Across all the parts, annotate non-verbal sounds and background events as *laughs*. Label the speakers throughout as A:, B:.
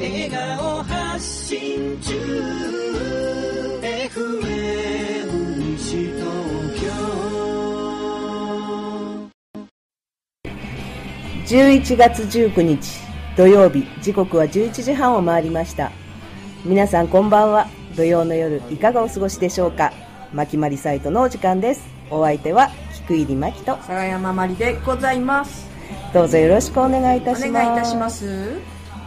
A: 笑顔発信中 FM 西東
B: 11月19日土曜日時刻は11時半を回りました皆さんこんばんは土曜の夜いかがお過ごしでしょうかまきまりサイトのお時間ですお相手は菊入まきと
C: 佐山まりでございます
B: どうぞよろしくお願いいたします
C: お願いいたします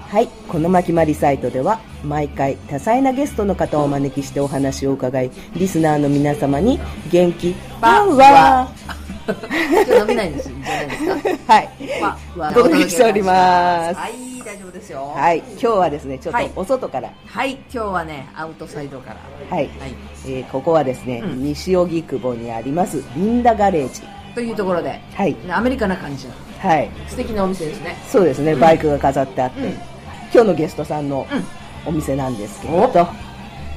B: はいこのまきまりサイトでは毎回多彩なゲストの方をお招きしてお話を伺いリスナーの皆様に元気わ
C: わ
B: んわ
C: ちょっと飲めないんですじゃないですか
B: ん *laughs* はい
C: わわ
B: ご用意しております
C: はい大丈夫ですよ、
B: はいい今日はですねちょっ
C: はい
B: とお外から
C: はい、今日はねアウトサイドからは
B: はい、
C: い
B: えーここはですね、
C: うん
B: 西荻窪にありますリンダガレージ
C: というところで
B: はい
C: アメリカな感じの
B: はい
C: 素敵なお店ですね
B: そうですね、
C: ん
B: バイクが飾ってあって、
C: うん
B: 今日のゲストさんの
C: うん
B: お店なんですけれど、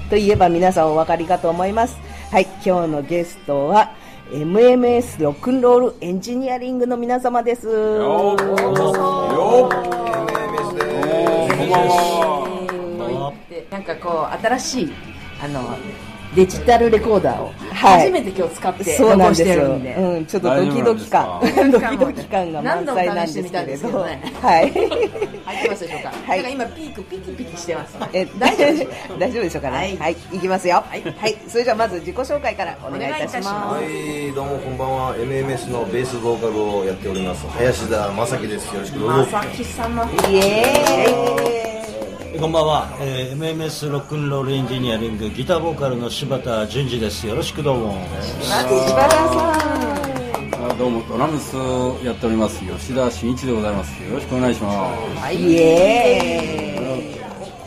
B: といえば皆さんお分かりかと思いますはい今日のゲストは MMS ロックンロールエンジニアリングの皆様です
D: よっよっ
E: MMS で
D: こんばんは
C: と言ってなんかこう新しいあのデジタルレコーダーを
B: はい
C: 初めて今日使って
B: そうなん
C: 残し
B: です
C: てる
B: よ、
C: んで、
B: うん、ちょっとドキドキ感 *laughs*
D: 大
B: ドキドキ感が満載なんですけれど
C: 何度も試してみたんですけどね
B: はい
C: 入ってますでしょうか。
B: は
C: はいい。今ピークピキピキしてます。
B: え
C: 大丈夫です。
B: 大丈夫でしょうかねは、
C: はいい
B: い、きますよはい、それじゃあまず自己紹介からお願いいたし
C: お
B: ま
C: 願
B: す
E: はいどうもこんばんは MMS のベースボーカルをやっております林田正樹ですよろしくどうぞ
C: まさき様。
B: イエ
F: こんばんは、えー MMS ロックンロールエンジニアリングギターボーカルの柴田淳二ですよろしくどうも
D: あどうもドラムスをやっております吉田真一でございますよろしくお願いしま
C: は
B: ーイイエーイ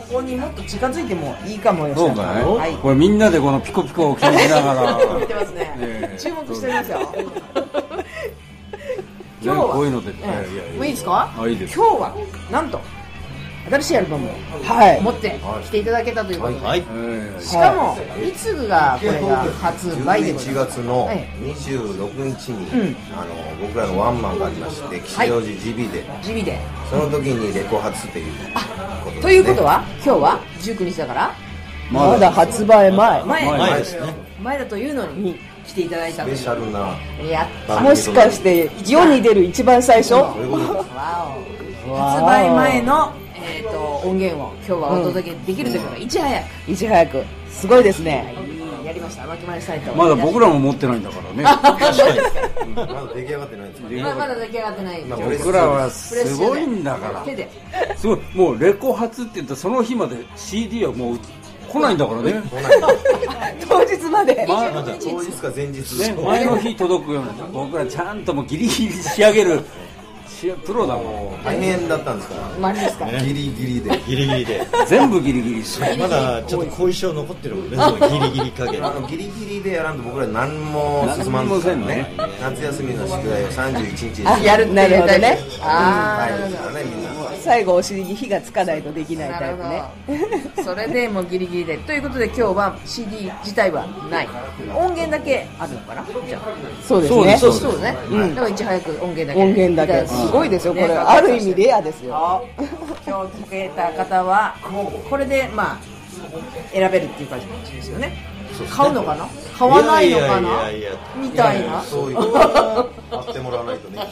C: ここにもっと近づいてもいいかもよ。
D: すそうかね、これみんなでこのピコピコを気にしながら
C: 見てますね
D: え。
C: 注目しておりますよ。
D: 今
C: 今日は
D: こういうので、いやいやいや
C: もういいですか？
D: あいいです
C: 今日はなんと新しいアルバムを
B: はい
C: 持って来ていただけたということで。
F: はい
D: ええ
C: しかもいつぐがこれが発売でござ
E: 11
C: います。
E: 月の
C: はい
E: 26日
C: うん
E: に、あの僕らのワンマンがありまして吉祥寺 GB で、
C: 地味で。
E: その時にレコ発っていうことです、ね、
C: ということは今日は19日だから
B: まだ発売前
C: 前
F: 前ですね
C: 前だというのに来ていただいた
E: ス
C: とい
E: ペシャルな
C: う。やっ
E: 番組
B: もしかして世に出る一番最初
E: ということで
C: わお
B: わお
C: 発売前の、えー、と音源を今日はお届けできるというのがいち早く、
B: いち早くすごいですね
C: やりました巻き丸サイト
D: まだ僕
C: ら
D: らも持ってないんだからね
E: まだ出来上がってないんですけど
C: まだまだ出来上がってない
E: まあ
C: プ
D: 僕らは
C: レッシ
D: す
C: ャーで
D: ごいんだから
C: 手です
D: ごいもうレコ発って言ったらその日まで CD はもう来ないんだからね
B: 当日まで
D: まだ
E: 当日か前日
D: ね、前の日届くような僕らちゃんともうギリギリ仕上げるしプロだも
E: もう大変だったんですから、
C: 丸です
E: *laughs*
C: から、
E: ギリギリで
F: ギリギリで
D: ん全部ギリギリし
F: まだちょっと後遺症残ってるもんねそのギリギリ加減
E: あのギリギリでやらんと僕ら何も進まんですからね夏休みの宿題を31日に
B: やるなるほどね
C: あ
E: はいですからねみんな
B: 最後お尻に火がつかないとでき
C: あ
B: ない
C: な
B: タイ
C: る
B: プね
C: ほどそれでもうギリギリでということで今日は CD 自体はない音源だけあるのかなじゃ
B: *laughs* そうです
D: そう
B: ね
D: で
C: あ
D: すそう
C: そうね、だからいち早く音源だけ
B: 音源だけすごいですよこれある意味レアですよ
C: あ今日聞けた方はこれでまあ選べるっていう感じですよね買うのかな買わないのかな
F: や
C: い
F: いやいや
C: みたいな
E: そういうことを買ってもらわないとねね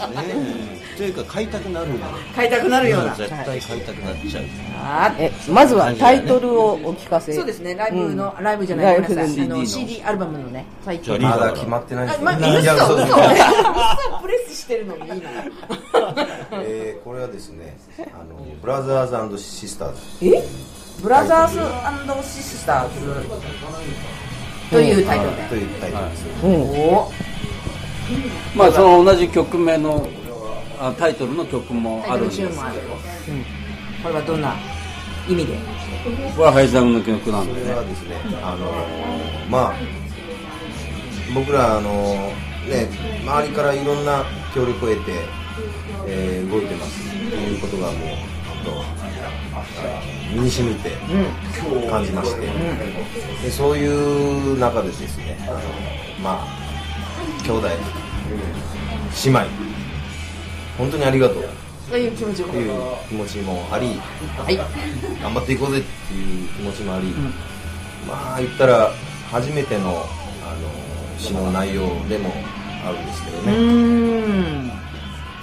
F: というか買いたくなるんだね
C: *laughs* 買いたくなるような
F: 絶対買いたくなっちゃう
C: あー
B: えまずはタイトルをお聞かせ
C: そうですねライブの、
B: うん
C: ライブじゃないごめんなさい
B: ラ
C: あ
B: イブ
C: の CD アルバムのね最
F: じゃあ
C: 近
F: リー
E: ま
F: ダ
E: だ
F: ー
E: 決
F: か
E: まってないです
C: あまあ嘘
E: いや
C: 嘘
E: そうです
C: 嘘プレスしてるのにいいの
E: えーこれはですねあのブラザーズシスターズ
C: えブラザーズシスターズというタイトルで
E: というタイトルですね
C: お
D: *laughs* まあその同じ曲名のあタイトルの曲も
C: タ
D: あ
C: イト
D: る
C: ル
D: ん
C: チ
D: ですけ
C: ュー
D: ど
C: ンもあるこれはどんな意味で
D: これは林田君の曲なん
E: そ
D: で
E: れ
D: ね
E: はですねあのーまあ僕らあのーね周りからいろんな協力を得て、えー動いてますということがもうあと身に染みて感じまして、でそういう中でですねあのまあ兄弟姉妹本当にありがとう
C: という気持ちを
E: という気持ちもあり、
C: はい
E: 頑張っていこうぜっていう気持ちもあり、まあ言ったら初めてのあの詩の内容でもあるんですけど
B: う
E: ね、
B: ーん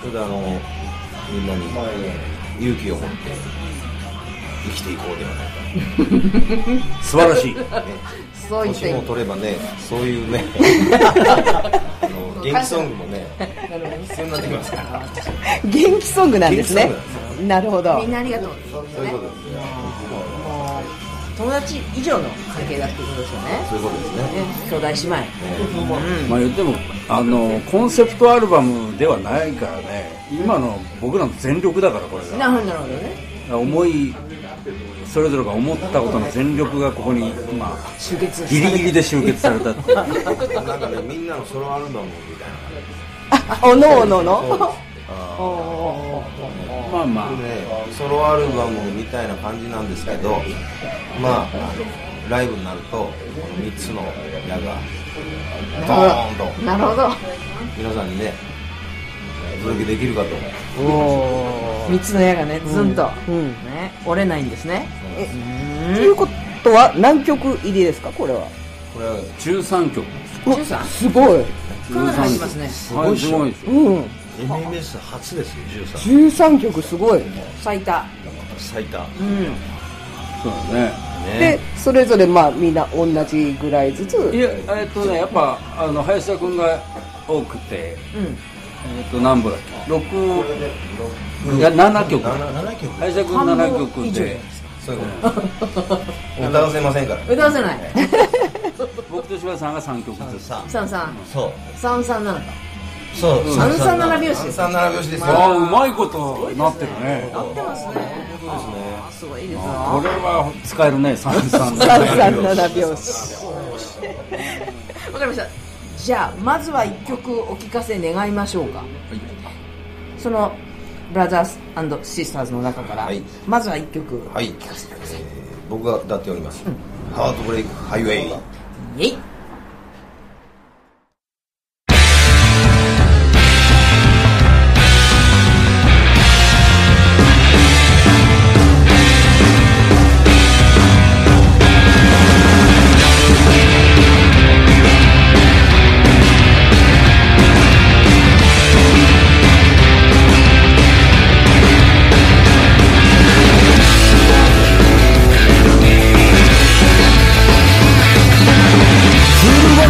E: それであのみんなに勇気を持って生きていこうではないか
D: 素晴らしい
E: ね、
C: そういった
E: 年
C: 意
E: も
C: 味
E: 取ればねそういうねあの元気ソングもね必要になってきますから
B: 元気ソングなんですね
E: 元気ソングな
B: なるほど
C: みんなありがとうですね
E: そういうことですね
C: もう友達以上の関係だっていうことですよね
E: そういうことですね
C: ね兄弟姉妹
D: まあ言ってもあのコンセプトアルバムではないからね今の僕らの全力だからこれ
C: な
D: が
C: るほどなるほどね
D: 思いそれぞれが思ったことの全力がここにまあ
C: 集結
D: ギリギリで集結されたっ
C: *laughs*
D: ていう
E: なんかねみんなのソロアルバムみたいな
B: あおのおのの
D: まあまあ
E: ね、ソロアルバムみたいな感じなんですけど、まあ、あのライブになると、この3つの矢が、ドーンと
C: なるほど
E: 皆さんにね、お届けできるかと、
C: 三つの矢がねずんと、
B: うん
C: ね、折れないんですね
B: ということは何曲入りですかこれは
E: これは
D: 13曲
C: 中さん
B: すごい
C: かなり入りますね
D: すごいすごいですよ
B: うん
F: MMS 初ですよ13
B: 13曲すごい
C: 最多
F: 最多
D: そうだね
B: でそれぞれまあみんな同じぐらいずつ
D: いやえっとねやっぱあの林田君が多くて
C: うん
D: えっと何部だっけ6いや7曲
E: 7曲、
D: 林田君7曲で
E: そういう *laughs* こと、歌わせませんから、
C: 歌わせない
D: 僕と柴田さんが3曲ずつ
F: さ
C: 三三
F: そう
C: 三三なのか
F: そう、
C: 三三七拍子
E: 三
C: です
E: 三並拍子ですよ、
D: ああうまいことなってるね
C: 合ってますねあーすごいですよ
D: これは使えるね三 *laughs* 三
B: 三三七拍子
C: わかりましたじゃあまずは1曲お聴かせ願いましょうか、そのブラザーズシスターズの中から、
E: はい
C: まずは1曲
E: はい、
C: 聴かせてください、
E: 僕が歌っております、ハートブレイクハイウェイ。
C: イェイ
G: 「君の声が聞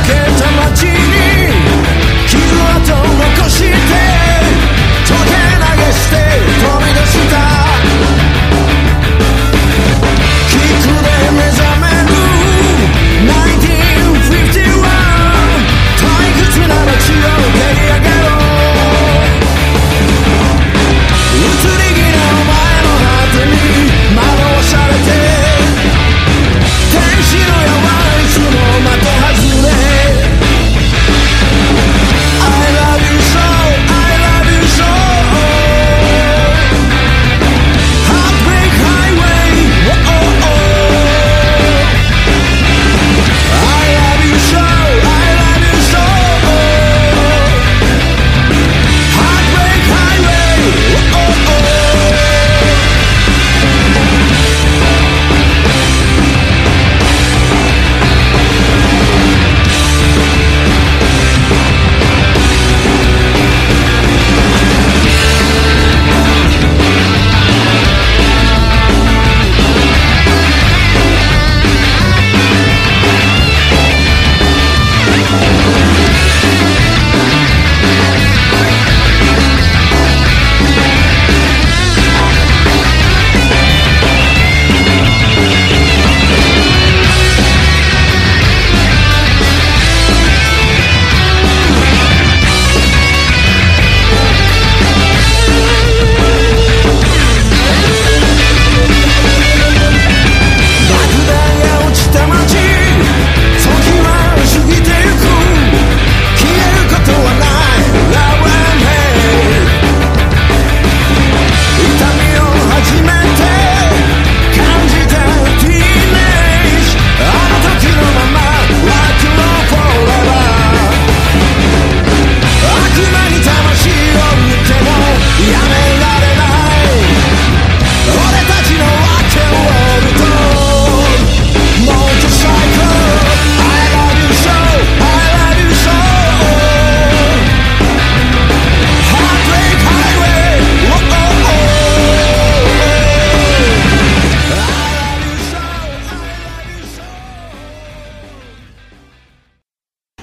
G: こえる」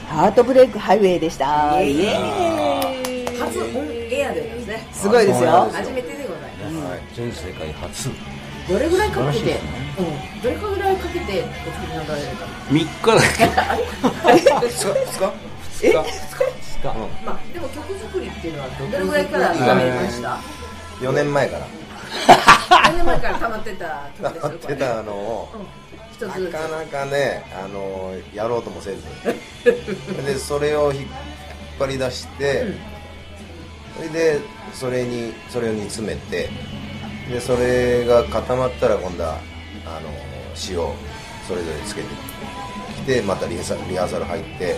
B: ハートブレイクハイウェイでした
C: イエイ
B: イエイ
C: 初オンエアでございますね
B: すごいです
E: そうなん
B: よ
E: です
C: 初めてでございます
E: はい
F: 全世界初
C: どれぐらいか
F: 素晴ら
C: けて
F: しいで
C: うんどれかぐらいかけてお作りになられたの
D: 3日だ
E: 2
D: け
E: 日
B: え
E: 2日
C: まあでも曲作りっていうのはどれぐらいから深めました
E: 4年前から
C: 何年前から溜まってた曲です
E: や
C: よ
E: っ
C: こ
E: て
C: れ
E: たのを
C: 一つ
E: な
C: ずつ
E: かなかねあのやろうとも *laughs* せずでそれを引っ張り出して、それでそれにそれを煮詰めてでそれが固まったら今度はあの塩をそれぞれつけてきてまたリハーサルリハーサル入って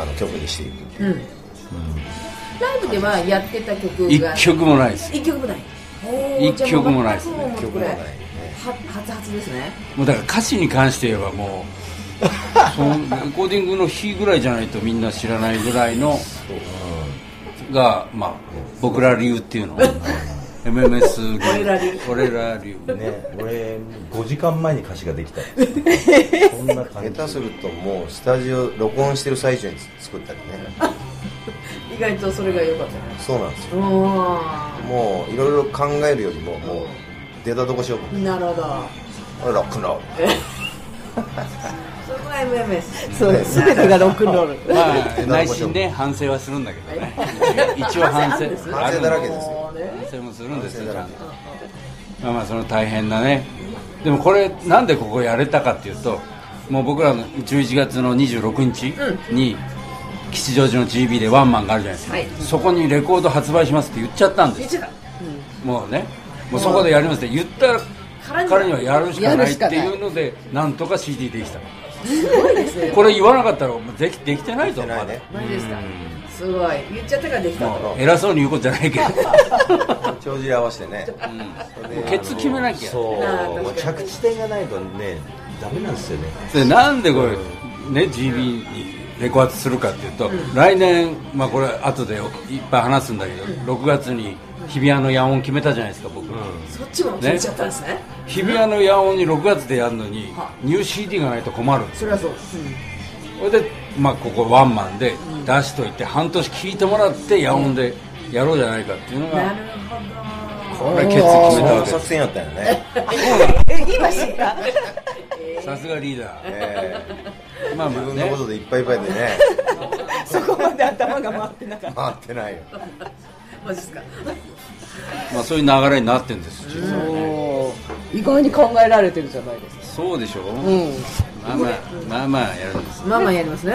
E: あの曲にしていくっていう
C: うんライブではやってた曲が
D: 1曲もないです
C: 一曲もない
D: 一曲もないですね
C: ね
E: 曲もないね
C: 初々ですね
D: もうだから歌詞に関して言えばも
E: *laughs*
D: うそのレコーディングの日ぐらいじゃないとみんな知らないぐらいのが、まあ、僕ら流っていうの MMS 流
C: 俺ら流
D: 俺ら
E: *laughs*
D: 流
G: ね、俺5時間前に歌詞ができたそんな感じ
E: 下手するともうスタジオ録音してる最中に作ったりね
C: 意外とそれが良かったね
E: そうなんですよ
C: う
E: もういろいろ考えるよりももう出たとこ勝負
C: んなるほど
E: ロックンロール
C: それが MMS
B: そう全てがロックンロール
D: まあ内心ね反省はするんだけどね一応反省
E: 反省だらけですよ
C: もうね
D: 反省もするんですけ
E: 反省だ
D: どま
E: らけ
D: あまあその大変なねでもこれなんでここやれたかっていうともう僕らの11月の26日に吉祥寺の GB でワンマンがあるじゃないですか、
C: はい
D: そこにレコード発売しますって言っちゃったんで
C: 言っ
D: す
C: ち
D: よ
C: ゃっ
D: もうねもうそこでやりますって言った
C: からには
D: からにはやるしか
B: や
D: な
B: る
D: い
B: し
D: っ
B: か
D: て
B: ない
D: いうのでなんとか CD できた
C: たすごいですね
D: これ言わなかったらもうできできてないぞ
E: 出ないね
C: マジですかすごい言っちゃったからできた
D: まだもう偉そうに言うことじゃないけど
C: *laughs*
E: 帳尻合わせてね
D: もうケツ決めなきゃ
G: そ
C: あー
G: うもう
C: 確かに
G: 着地点がないとねダメなんですよね
D: でなんでこれね GB にレコ発するかっていうと、来年まあこれ後でいっぱい話すんだけど、6月に日比谷の野音決めたじゃないですか僕、
C: そっちも決めちゃったんですね
D: 日比谷の野音に6月でやるのにニュー CD がないと困るんです
C: それはそうです
D: それで、まあ、ここワンマンで出しといて、半年聴いてもらって野音でやろうじゃないかっていうの
C: な
D: が、
C: るほ
D: これ決意決めたわ
E: の
D: け
E: 作戦やったよね、
B: え今知った
D: さすがリーダー
E: え
D: まあ
E: ー自
D: まあ
E: 分の
D: ね
E: ことでいっぱいいっぱいでね
B: そこまで頭が回ってなかっ
E: 回ってないよ
C: どマジですか
D: まあそういう流れになってるんです実
B: た
D: は
B: おー意外に考えられてるじゃないですか
D: そうでしょ、
B: うん
D: まあまあまあまあやるんです
C: まあまあやりますね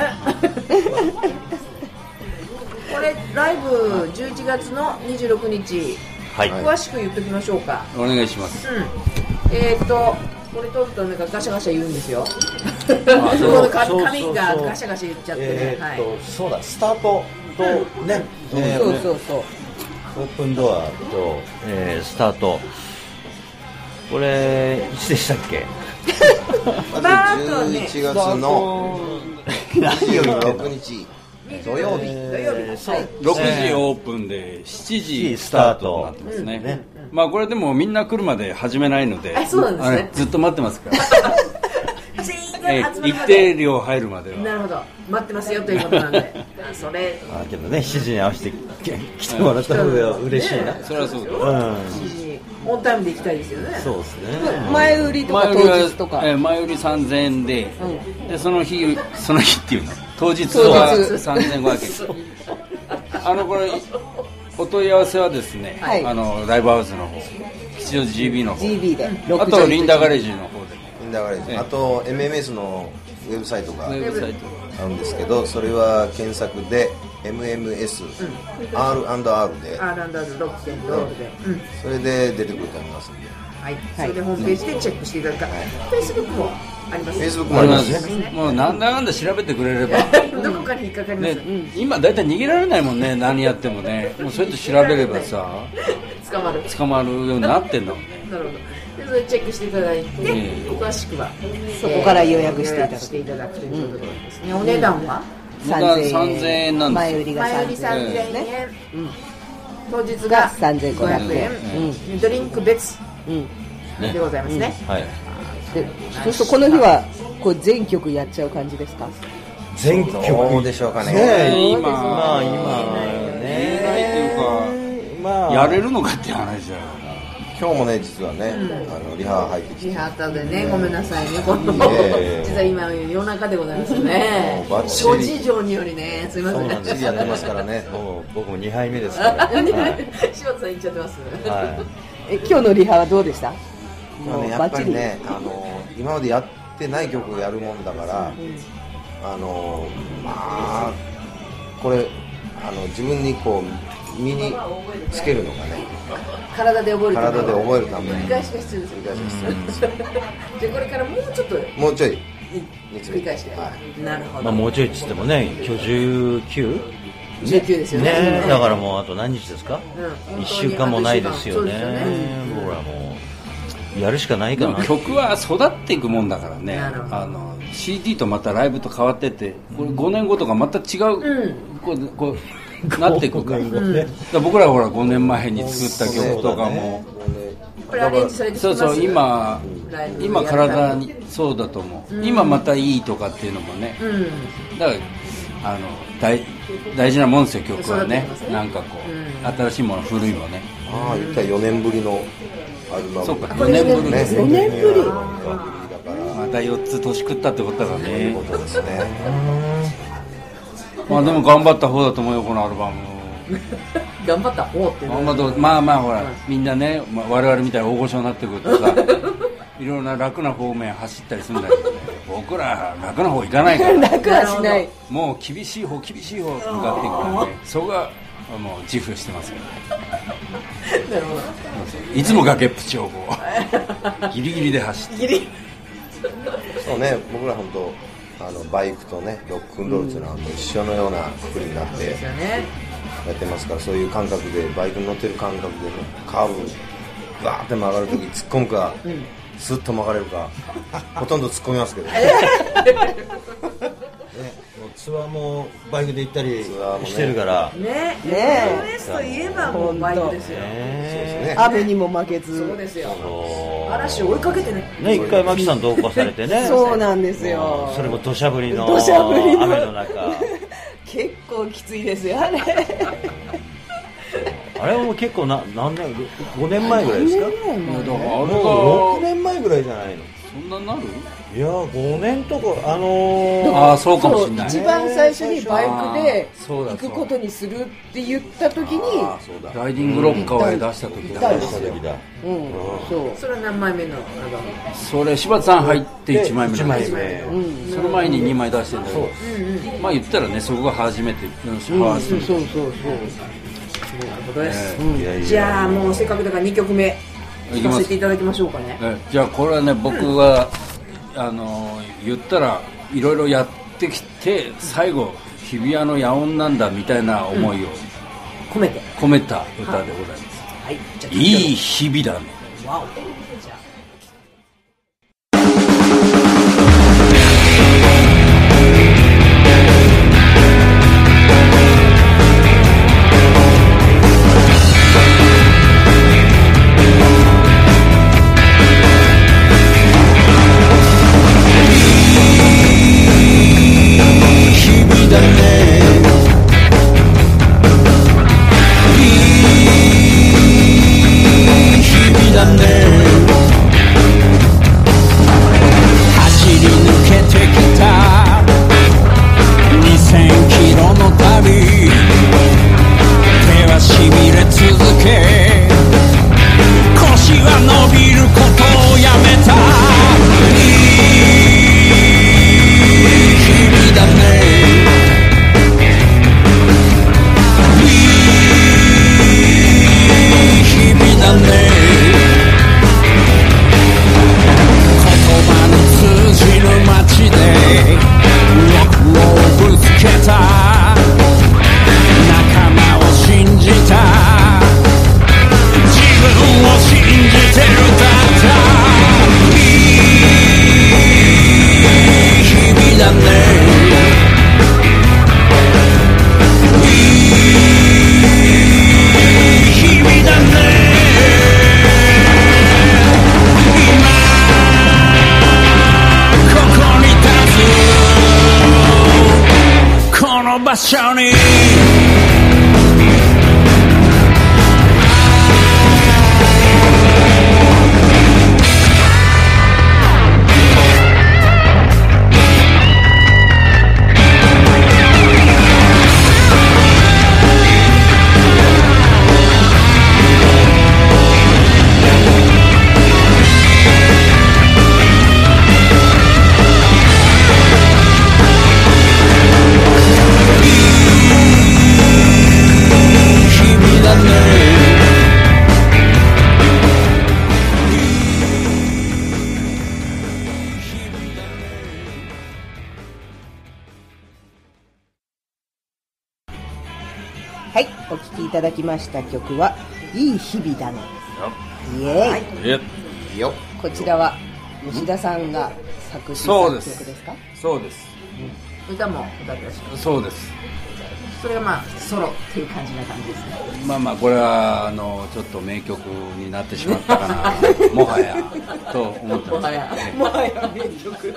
C: これライブ11月の26日
G: はい
C: 詳しく言っときましょうか
D: お願いします
C: うんえっ、ー、とこれ撮るとなんかガシャガシャ言うんですよこ
G: そう
C: のか
G: そうそうそう
C: 紙がガシャガシャ言っちゃってね、
G: えーっ
C: はい
G: とそうだスタートとねえー
B: そうそうそう
G: オープンドアと、えースタートこれいつでしたっけ
E: まず
C: バーッとね
E: 11月の
G: 何を言ってんの
E: 26日土曜日
C: 土曜日
G: そう
D: 6時オープンで7時スタートになってますね,、まあこれでもみんな来るまで始めないので
C: あそうなんですね
D: あれずっと待ってま
C: *laughs*
D: すから、
C: 全
D: え
C: 員が集まる
D: 一
C: まで
D: 定量入るまで
C: な
D: は
C: るほど待ってますよということなんで
G: *laughs*
C: あそれ
G: あーけどね7時に合わせてけ来てもらった方が嬉しいな、
D: それはそうだ
G: うん
C: 7時オンタイムで行きたいですよね
G: そうですね
B: 前売りとか
D: 前売りは
B: 当日とか
D: えー前売り3000円で,、でその日その日っていうの当日は
B: 当日
D: 3500円あのこれお問い合わせはですね、
B: はい
D: あのライブハウスの方吉祥寺 GB の方
B: GB で
D: あとリンダガレージの方で
E: インダーガレージ
D: ええ
E: あと MMS のウェブサイトが
D: ウェブサイト
E: あるんですけどそれは検索で MMSR&R で
C: アーランダーズ6.6で、うん
E: それで出てくると思いますんで
C: はい、それでホームページでチェックしていただくか、Facebook もあります
E: Facebook
D: も
E: もあ
D: あり
E: り
D: ま
E: ますす
D: ねもうなんだかんだ調べてくれれば
C: *laughs* どこかに引っかかりま
D: ね
C: す、
D: 今大体逃げられないもんね何やってもねもうそうやって調べればさ
C: 捕まる
D: 捕まるようになってんだもんね
C: なるほどでそれチェックしていただいて、
D: え
C: 詳しくは
B: そこから予約していただく
C: 予約していただくということですね、お値段は
D: 3000円なんです
B: 前売りが
C: 前売り
B: 3000
C: 3000円、
B: 円ね
C: 当日が
B: 3500
C: 3500円、ドリンク別
B: うん
C: でございますね、
G: はい
B: でそうするとこの日はこう全曲やっちゃう感じですか
G: 全曲
E: どうでしょうかね
G: え
D: 今
G: まあ今
D: 言えないってい
G: ね
D: うか
G: まあ
D: やれるのかって話だよ
E: 今日もね実はね、あのリハ入ってきて
C: リハータでね、ごめんなさいね、この、実
E: いえいえ
C: は今、夜中でございますね。
E: もう
C: 諸
E: バッチリ
C: 事情によりね、すみません。
G: そうなんです
E: やってますからね
G: もう僕も2杯目ですからはい
C: *laughs* 柴田さん言っちゃってます。
G: は
B: え今日のリハはどうでした
E: まあねやっぱりねあの今までやってない曲をやるもんだから、あのまあこれあの自分にこう身につけるのがね
C: 体で覚える
E: 体で
C: え
E: 覚えるため
C: 繰
E: に
C: り返しが必要ですよ。
E: 繰り返しが必要なんです
C: で、これからもうちょっと、
E: もうちょい煮
C: 繰
E: 詰
C: り
E: めて
C: 返して。
E: はい
C: なるほ
G: い、
C: ど。
G: まあ、もうちょいっつってもね今日 19?
C: 19ですよね。
G: ねだからもうあと何日ですか、
C: うん
G: 一1週間もないですよね
C: そうですよね
G: 僕らもうやるしかない
D: で
G: か
D: も
G: な
D: 曲は育っていくもんだからね
C: なるほど
D: あの CD とまたライブと変わっててこれ5年後とかまた違う、こうこうなっていくから,、だから僕らはほら5年前に作った曲とかも
E: もうね
C: これアレンジされてき
D: そ
C: ま
D: う
C: す
D: そう今
C: ライブ
D: 今
C: やったら
D: 体にそうだと思う、今またいいとかっていうのもね、
C: うん。
D: だからあの大大事なもんですよ曲は
C: 育っ
D: ね
C: てますね
D: なんかこう、新しいもの古いもね
E: ああ言ったら4年ぶりのアルバム
D: そうか
E: 四
D: 4年ぶりです
B: 四年ぶり
E: だから
D: また4つ年食ったってことだから
E: とい
D: ね
E: うことですね
D: まあでも頑張った方だと思うよこのアルバム
C: 頑張った方って
D: まあまあどうまあまあほらみんなね、まあ、我々みたいな大御所になってくると
C: *laughs*
D: さいろんな楽な方面走ったりするんだけどね僕ら楽な方行かないから
B: 楽はしない
D: もう厳しい方厳しい方向かっていくからねそこがもう自負してますよ
C: なるほど。
D: いつも崖っぷちをこうギリギリで走って
E: そうね僕ら本当あのバイクとねロックンロールっていうのは本当一緒のような作りになって
C: ですよね。
E: やってますからそういう感覚でバイクに乗ってる感覚でねカーブバーって曲がるとき突っ込むか、スッと曲がれるかほとんど突っ込みますけど *laughs*
G: もうツアーもバイクで行ったり
E: ツアーもね
G: してるから、
C: ね
B: ねえ
C: s といえばもうバイクですよ。
E: ね
B: 雨にも負けず
C: そうですよ。
G: そう
C: 嵐を追いかけてね。
G: ね一回マキさん同行されてね
B: *laughs* そうなんですよ
G: それも土砂降りの
B: 土砂降りの
G: 雨の中
B: 結構きついですよあれ
G: あれも結構な何年5年前ぐらいですか
D: いやだからあれが
G: もう6年前ぐらいじゃないの
D: そんなになる
G: いや5年とかあのー
D: ああそうかもしれない
B: 一番最初にバイクで
D: あーそうだ
B: 行くことにするって言った時に
E: あそうだ
D: ライディングロッカーへ出した時だか
B: 行ったん
D: ら
B: ですようんそう
C: それは何枚目のアルバム
D: それ柴田さん入って1枚目
G: 一
D: なんで
G: 枚
D: すよ
G: 目
D: その前に2枚出してんだけどまあ言ったらねそこが初めてうんファースト
B: そうそうそう
C: なるほどです。
G: いやいや
C: じゃあもうせっかくだから2曲目聞かせていただきましょうかね。
D: えじゃあこれはね僕は、あの言ったらいろいろやってきて最後日比谷の野音なんだみたいな思いを
C: 込めて。
D: 込めた歌でございます、
C: はい。じゃ
D: い、い日々だね
C: あ、わお。
A: 日々だね
D: 場所に君だね
B: はい、お聴きいただきました曲は、いい日々だね。イエーイ、
E: え
H: いいよ
B: こちらは、吉田さんが作詞
D: そ
B: 作
D: うで
B: 曲ですすか
D: そうです
C: 歌も歌ってらっしゃる
D: そうです
C: それがまあソロっていう感じな感じですね
D: まあまあこれはあのちょっと名曲になってしまったかなもはやと思って
C: も
D: ます
C: はやもはや名曲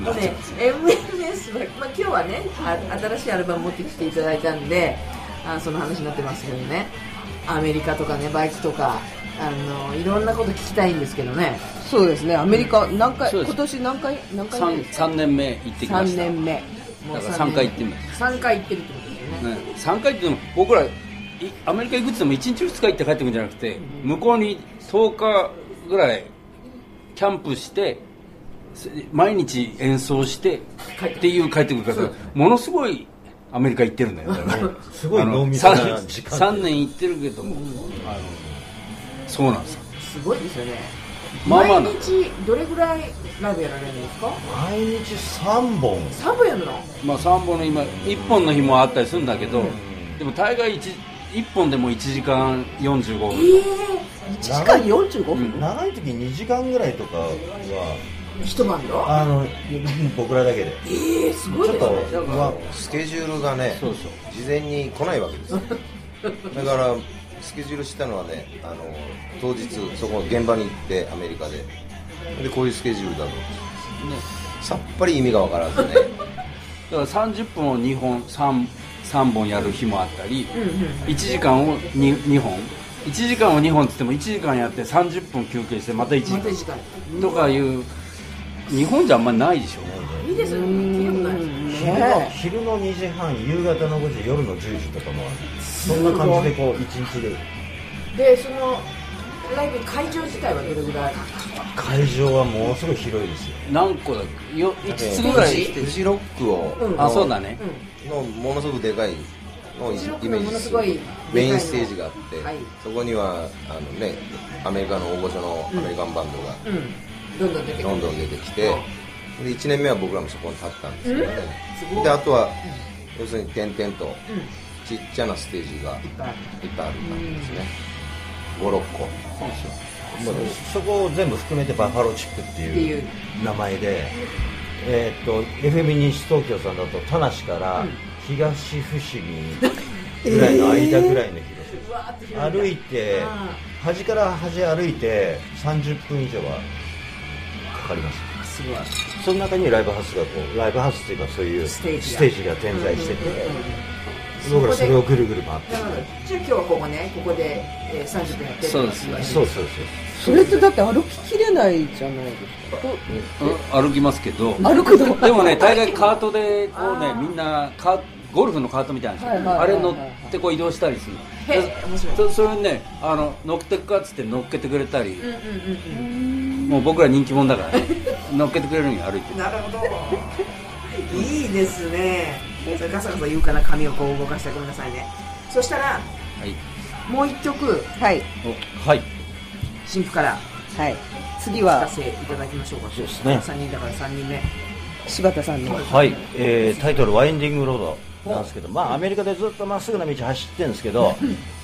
C: もうね MMS は、まあ、今日はねあ新しいアルバム持ってきていただいたんであその話になってますけどねアメリカとかねバイクとかあのいろんなこと聞きたいんですけどね
B: そうですね、アメリカ、何回、
D: そうです
B: 今年何回、何回目
D: 三
B: ですか
D: 三年目行ってきま
B: 三
D: した
B: 年目。
D: だから三回行ってみます
C: 3回行ってるってことですよね
D: ね、3回っていうのも僕らいアメリカ行くって言っても1日2日行って帰ってくるんじゃなくて、向こうに10日ぐらいキャンプしてせ毎日演奏してっていう帰ってくるからものすごいアメリカ行ってるんだよだから
E: *laughs* すごい
D: あの
E: 濃密な
D: さん
E: 時間
D: 3年行ってるけども、あのそうなんですよ
C: すごいですよね
D: まあまあな
C: 毎日どれぐらいライブやられるんですか
E: 毎日3本
C: サブやるの
D: まあ、3本の今1本の日もあったりするんだけど、でも大概 1, 本でも1時間45分、
C: ええ1時間45分、
D: うん
E: 長い時2時間ぐらいとかは
C: 一晩の
E: あの *laughs* 僕らだけで
C: ええすごい
E: ち
C: で
E: ょっ
C: す
E: と
C: ね
E: ま
H: スケジュールがね
D: そうそう
H: 事前に来ないわけです
E: *laughs*
H: よだからスケジュールしたのはねあの当日そこの現場に行ってアメリカででこういうスケジュールだと、さっぱり意味がわからずね
D: だから30分を2本 3, 3本やる日もあったり、1時間を 2, 2本1時間を2本っつっても1時間やって30分休憩してまた1時
C: また1
D: 間
C: 時間
D: とかいう日本じゃあんまりないでしょ
C: いいですよね聞いたことないです
E: *laughs* 昼の昼の2時半夕方の5時夜の10時とかもあるそんな感じでこう1日で
C: でそのライブ会場自体はどれぐらい
E: 会場はものすごい広いですよ
D: 何個だっけよ5つぐ
H: フ
D: ら
H: ジ
D: い
H: フジロックを、
C: うん
D: あそうだね
H: のものすごくでかいのをイ
C: フジロック
H: メ
C: の
H: ー
C: も
H: ジ
C: の
H: す
C: す
H: る
C: ごい
H: メインステージがあって、
C: はい
H: そこにはあの、ね、アメリカの大御所のアメリカンバンドが
C: うん、うん、どんどん出てく
H: ど
C: る
H: んどん出てきて、で1年目は僕らもそこに立ったんですけどね、
C: すごい
H: であとは、要するに点々とちっちゃなステージがいっ
C: いっぱいある
H: ぱいある感じですね、56個
E: そこを全部含めてバファローチップって
C: ってい
E: いうう名前で、えーっと FM 西東京さんだと田無から東伏
C: *laughs*
E: 見ぐらいの間ぐらいの広さ
C: うわーって広い
E: 歩いて
C: あ
E: 端から端歩いて30分以上はかかります
C: すごい
E: その中にライブハウスがこうライブハウスというかそういう
C: ステージが
E: ステージが点在してて
C: うんうんうん
E: 僕らそれをぐるぐる回って
C: だからじゃあ今日はここねここで、えー、30分やって
D: そうです
C: ね
E: そうそうそう
B: それってだって歩ききれないじゃないですか。
D: うん歩きますけど
B: 歩くの
D: でもね大概カートでこうねみんなカーゴルフのカートみたいなのあるでしょ
B: はいはいはいはい
D: あれ乗ってこう移動したりするの
C: へえ面白い
D: そそれにねあの乗ってくかっつって乗っけてくれたり、
C: うんうんうん
D: もう僕ら人気者だから、ね、乗っけてくれるんよ歩いて
C: うんなる *laughs* ほどいいですねそれガサガサ言うかな髪をこう動かしてごめんなさいねそしたら
D: はい
C: もう一曲
B: はい、
D: おはい
C: 新婦から
B: はい。次
C: お聞か
B: は、
C: せいただきましょうか
E: そうですね
C: 3人だから3人目
B: 柴田さんの。
E: はい、えータイトル「ワインディング・ロード」なんですけど、まあ、アメリカでずっとまっすぐな道走ってるんですけ *laughs* ど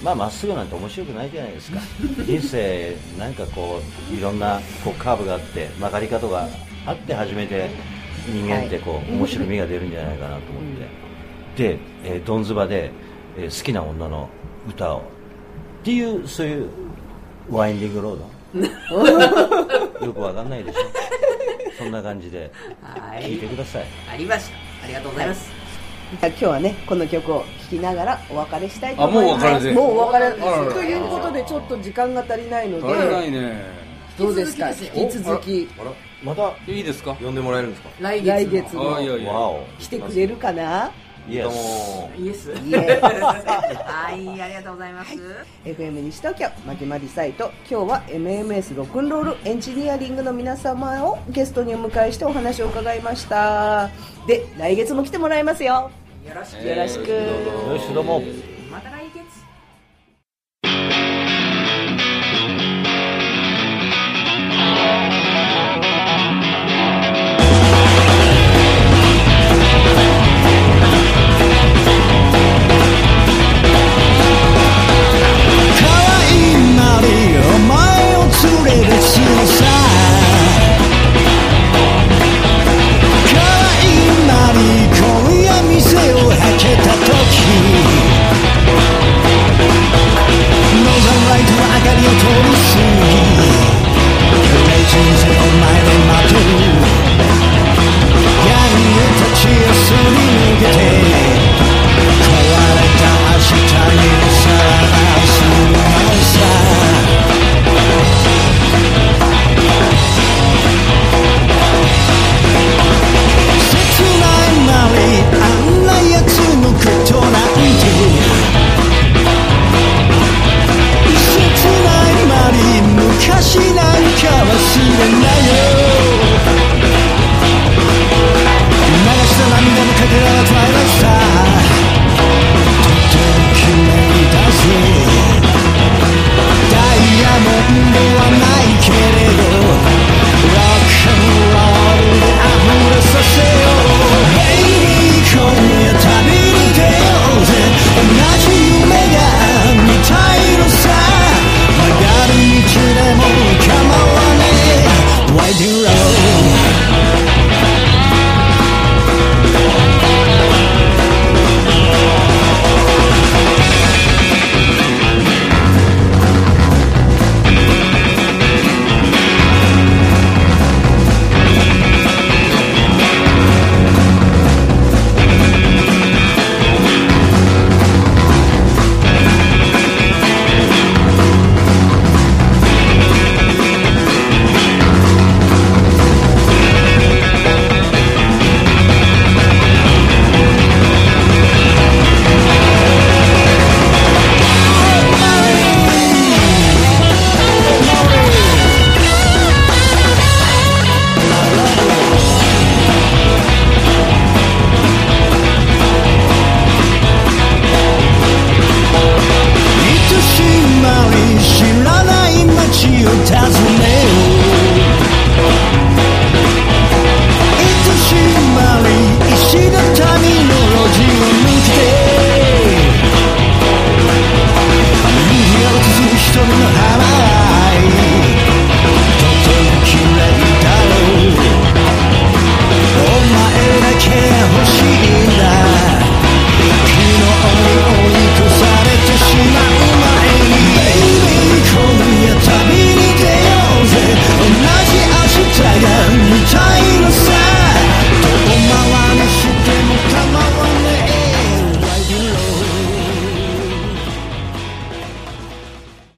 E: まあまっすぐなんて面白くないじゃないですか人生なんかこういろんなこうカーブがあって曲がり方があって初めて人間ってこう、面白みが出るんじゃないかなと思って、で、えーどんずばで、えー好きな女の歌をっていうそういう「ワインディング・ロー *laughs* ド」よくわかんないでしょそんな感じで
C: は
E: 聞いてください
C: ありましたありがとうございます
B: 今日はねこの曲を聴きながらお別れしたいと
D: あ
B: 思
D: もう
B: い
D: お
B: ます
D: 別れで
B: もうお別れです
D: あららら
B: ということでちょっと時間が足りないの
D: 足
B: で
D: りないね
B: どうですか
C: 引
B: 引
C: き
B: き
C: 続
B: 続
C: き
B: き
E: あら
G: またわ
D: いいですか
E: 呼んでもらえるんですか
C: 来月
B: 来月
C: の
B: の
D: あいやいや
G: お
B: 来てくれるかな
G: イエ
E: どう
G: ス
E: も
C: イエス
B: イエ
C: はいありがとうございます、
B: FM 西東京まきまりサイト今日は MMS ロックンロールエンジニアリングの皆様をゲストにお迎えしてお話を伺いましたで来月も来てもらいますよ
C: よろしく
B: よろしく、
G: よしどうも